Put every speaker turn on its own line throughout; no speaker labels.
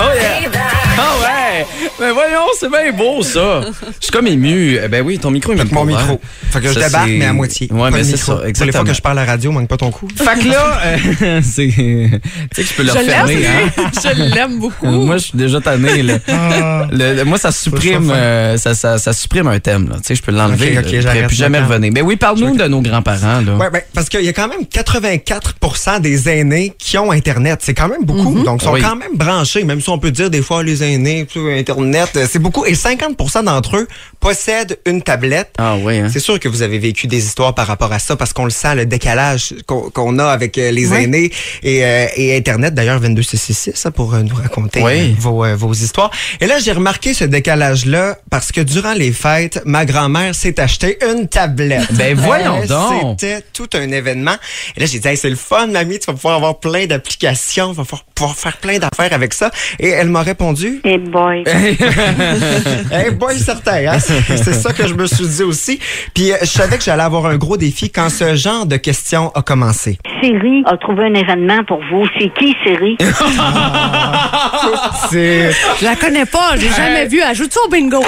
Oh yeah! Oh ouais! Mais voyons, c'est bien beau ça! Je suis comme ému. Eh Ben oui, ton micro, il
Fait
manque
que mon
pas,
micro.
hein?
Fait que je
Ça,
débarque,
c'est-
mais à moitié.
Ouais,
Pas
mais
de
c'est
micro.
ça,
Pour les
exactement.
fois que je parle à la radio, manque pas ton coup.
Fait que là, euh, c'est. Tu sais que je peux le
Je
refermer, hein? Euh,
l'aime, je l'aime beaucoup.
Moi, je suis déjà tanné, là.
Ah.
Le- le- moi, ça supprime,
faire.
euh, ça, ça, ça supprime un thème. Là. Tu sais, je peux l'enlever.
Ok,
là.
ok,
je ne pourrais
j'arrête
plus jamais
maintenant.
revenir. Mais oui, parle-nous de nos grands-parents. là.
Ouais, ben, parce qu'il y a quand même 84 des aînés qui ont Internet. C'est quand même beaucoup. Donc, ils sont
Mhm. Oui.
quand même branchés, même si on peut dire des fois les aînés, tu sais, Internet, euh, c'est beaucoup. Et 50 d'entre eux possèdent une tablette.
Ah oui, hein?
C'est sûr que vous avez vécu des histoires par rapport à ça parce qu'on le sent, le décalage qu'on qu'on a avec euh, les
Ouais.
aînés et, euh, et Internet, d'ailleurs, 22666, ça, pour euh, nous raconter
Oui.
euh, vos, euh, vos histoires. Et là, j'ai remarqué ce décalage-là parce que durant les fêtes, ma grand-mère s'est acheté une tablette.
Ben, voyons
Ouais,
donc.
C'était tout un événement. Et là, j'ai dit, Hey, c'est le fun, mamie, tu vas pouvoir avoir plein d'applications, tu vas pouvoir- pouvoir faire plein d'affaires avec ça. Et elle m'a répondu,
Hey boy.
eh boy, certain, hein? C'est ça que je me suis dit aussi. Puis euh, je savais que j'allais avoir un gros défi quand ce genre de question a commencé.
Siri a trouvé un événement pour vous. C'est qui, Siri?
C'est
Je la connais pas, j'ai jamais vu. Ajoute ça au bingo.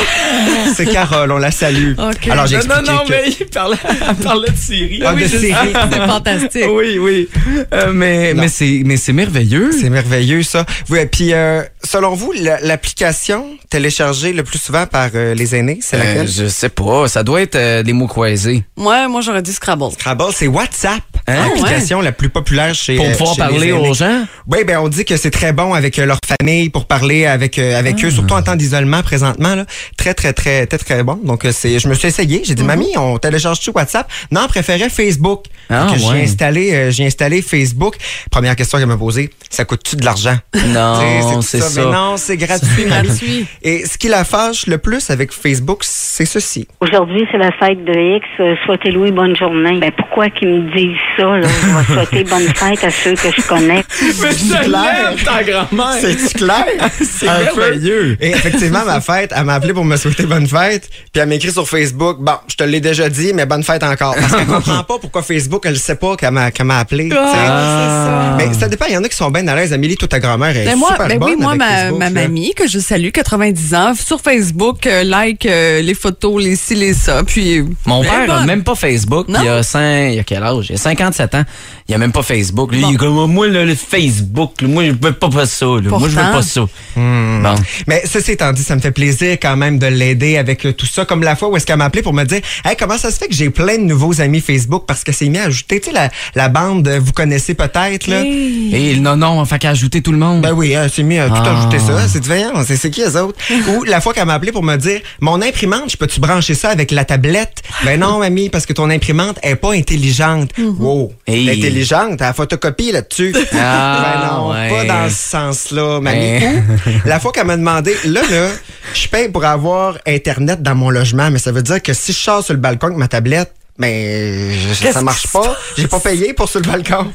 c'est Carole, on la salue.
Ok.
Alors Ah, j'ai
Non, non,
expliqué
non,
que...
mais il parlait, elle parlait de Siri.
Ah, de Siri.
C'est fantastique.
Oui, oui. Euh, mais mais c'est mais c'est merveilleux.
C'est merveilleux ça. Oui, puis euh, selon vous, la- l'application téléchargée le plus souvent par euh, les aînés, c'est
Euh,
laquelle?
je sais pas, ça doit être euh, des mots croisés.
Moi, moi j'aurais dit Scrabble.
Scrabble, c'est WhatsApp,
Ah,
l'application la plus populaire chez
Pour
euh,
pouvoir
chez les
parler
aînés.
aux gens.
Oui, ben on dit que c'est très bon avec euh, leur famille pour parler avec euh, avec
Ah.
eux, surtout en temps d'isolement présentement là. Très très très très très bon. Donc euh, c'est, je me suis essayé.
Mhm.
J'ai dit mamie, on télécharge tu WhatsApp Non, on préférait Facebook.
Ah,
Donc, j'ai
ouais.
installé euh, j'ai installé Facebook. Première question qu'elle m'a posée, ça coûte-tu de l'argent
Non,
tout
c'est
Mais
ça.
non, c'est gratuit, mamie.
gratuit.
Et ce qui la fâche le plus avec Facebook, c'est ceci.
Aujourd'hui, c'est la fête de X. Euh, Souhaitez-lui une bonne journée. Ben, pourquoi qu'ils me disent ça, là? Je vais souhaiter bonne fête à ceux que je connais.
Mais je
Claire.
l'aime, ta grand-mère.
C'est clair?
C'est
Un peu.
merveilleux.
Et effectivement, ma fête, elle m'a appelé pour me souhaiter bonne fête, puis elle m'a écrit sur Facebook, bon, je te l'ai déjà dit, mais bonne fête encore. Parce qu'elle comprend pas pourquoi Facebook, elle sait pas qu'elle m'a, qu'elle m'a appelé. tu sais.
Ah,
Mais ça dépend, il y en a qui sont bien à l'aise. Amélie, toi, ta grand-mère est
Ben moi,
super
ben
bonne
oui, moi,
avec
ma,
Facebook,
ma
là.
mamie, que je salue, 90 ans, sur Facebook, euh, like euh, les photos, les ci, les ça, puis...
Mon
Elle est
père a
bonne.
même pas Facebook.
Non.
Il a cinq, il a quel âge? Il a 57 ans. Il a même pas Facebook. Lui,
Bon.
il est comme, oh, moi, le, le Facebook, là, moi, je veux pas, pas ça. là. Moi, je veux
Pourtant.
pas ça. Bon.
Mais ceci étant dit, ça me fait plaisir quand même de l'aider avec euh, tout ça. Comme la fois où est-ce qu'elle m'a appelé pour me dire Hey, comment ça se fait que j'ai plein de nouveaux amis Facebook parce que c'est mis à ajouter, tu sais, la, la bande, euh, vous connaissez peut-être, là.
Et non, non, enfin qu'à ajouter tout le monde.
Ben oui, elle s'est mis à tout
Ah.
ajouter ça. hein, C'est différent. C'est, c'est qui les autres? Ou la fois qu'elle m'a appelé pour me dire, mon imprimante, je peux-tu brancher ça avec la tablette? Ben non, mamie, parce que ton imprimante est pas intelligente. Wow.
Mm-hmm. Hey.
Intelligente, elle photocopie là-dessus.
Ah,
ben non,
ouais.
pas dans ce sens-là, mamie.
Ouais.
Ou la fois qu'elle m'a demandé, là, là, je paye pour avoir Internet dans mon logement, mais ça veut dire que si je sors sur le balcon avec ma tablette, mais ça
qui
marche
se
pas. J'ai pas payé pour sur le balcon.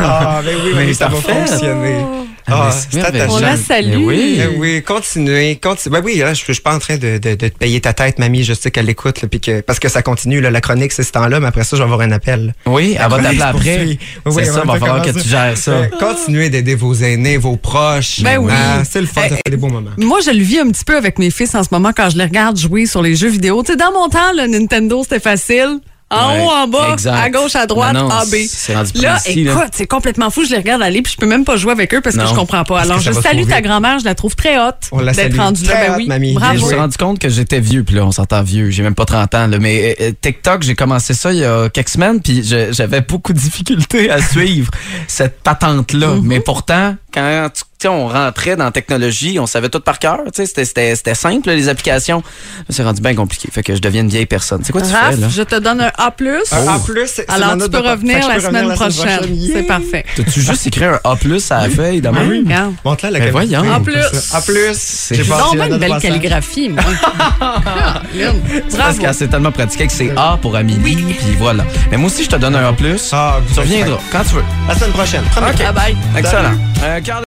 ah, ben oui, mais ça va
parfait.
fonctionner.
Ah, mais
Ah,
c'est
c'est
merveilleux.
On
attachant.
la salue.
Mais oui.
Eh oui, continuez, continuez. Ben oui, là, je, je suis pas en train de, de, de te payer ta tête, mamie. Je sais qu'elle écoute, là, puis que, parce que ça continue, là, la chronique, c'est ce temps-là, mais après ça, je vais avoir un appel.
Oui, elle va t'appeler
Chronique se
après.
poursuit.
C'est
Oui, oui,
ça,
on
va falloir
faire
que tu gères ça.
Euh, continuez d'aider vos aînés, vos proches.
Ben oui.
Ah, c'est le fun, ça
Eh,
fait des beaux moments.
Moi, je le vis un petit peu avec mes fils en ce moment quand je les regarde jouer sur les jeux vidéo. Tu sais, dans mon temps, le Nintendo, c'était facile. En
Ouais,
haut, en bas,
exact.
à gauche, à droite,
Non, non,
A, B.
c'est rendu
Là,
précis, là.
écoute, c'est complètement fou. Je les regarde aller, puis je peux même pas jouer avec eux parce
Non.
que je comprends pas.
Parce que
Alors,
ça
je
va trop
salue ta
vite.
grand-mère. Je la trouve très haute
On la
d'être
salue.
rendue là.
Très
Ben
haute,
oui,
Je
mamie. Bien
me
bravo.
suis
joué.
rendu compte que j'étais vieux, puis là, on s'entend vieux. J'ai même pas 30 ans, là. Mais euh, euh, TikTok, j'ai commencé ça il y a quelques semaines, puis je- j'avais beaucoup de difficultés à suivre cette patente-là.
Mhm.
Mais pourtant, quand tu tu sais, on rentrait dans la technologie, on savait tout par cœur. tu sais, C'était c'était- c'était simple, là, les applications. C'est rendu bien compliqué. Fait que je deviens une vieille personne. C'est quoi tu fais, là?
Raph, je te donne un A+.
Euh,
Oh.
En plus, c'est- c'est ma
Alors, tu
note
peux
de- fait que
revenir
je
la
peux
semaine
prochaine.
prochaine.
Yeah.
C'est parfait.
T'as-tu juste écrit un A plus à la feuille de même?
Regarde.
Montre-la la
Ben
calligraphie.
voyons. En
plus.
En plus.
C'est-
J'ai
Ils
Ils
passé
ont
la
bien
note
une
de
belle
passage.
calligraphie, moi. Ah, Lynn,
C'est Parce
Bravo.
qu'elle s'est tellement pratiquée que c'est A pour Amélie, puis voilà. Mais moi aussi, je te donne un A plus.
Ah,
tu reviendras quand tu veux.
La semaine prochaine. Première
Bye-bye.
Excellent. Euh, Carl-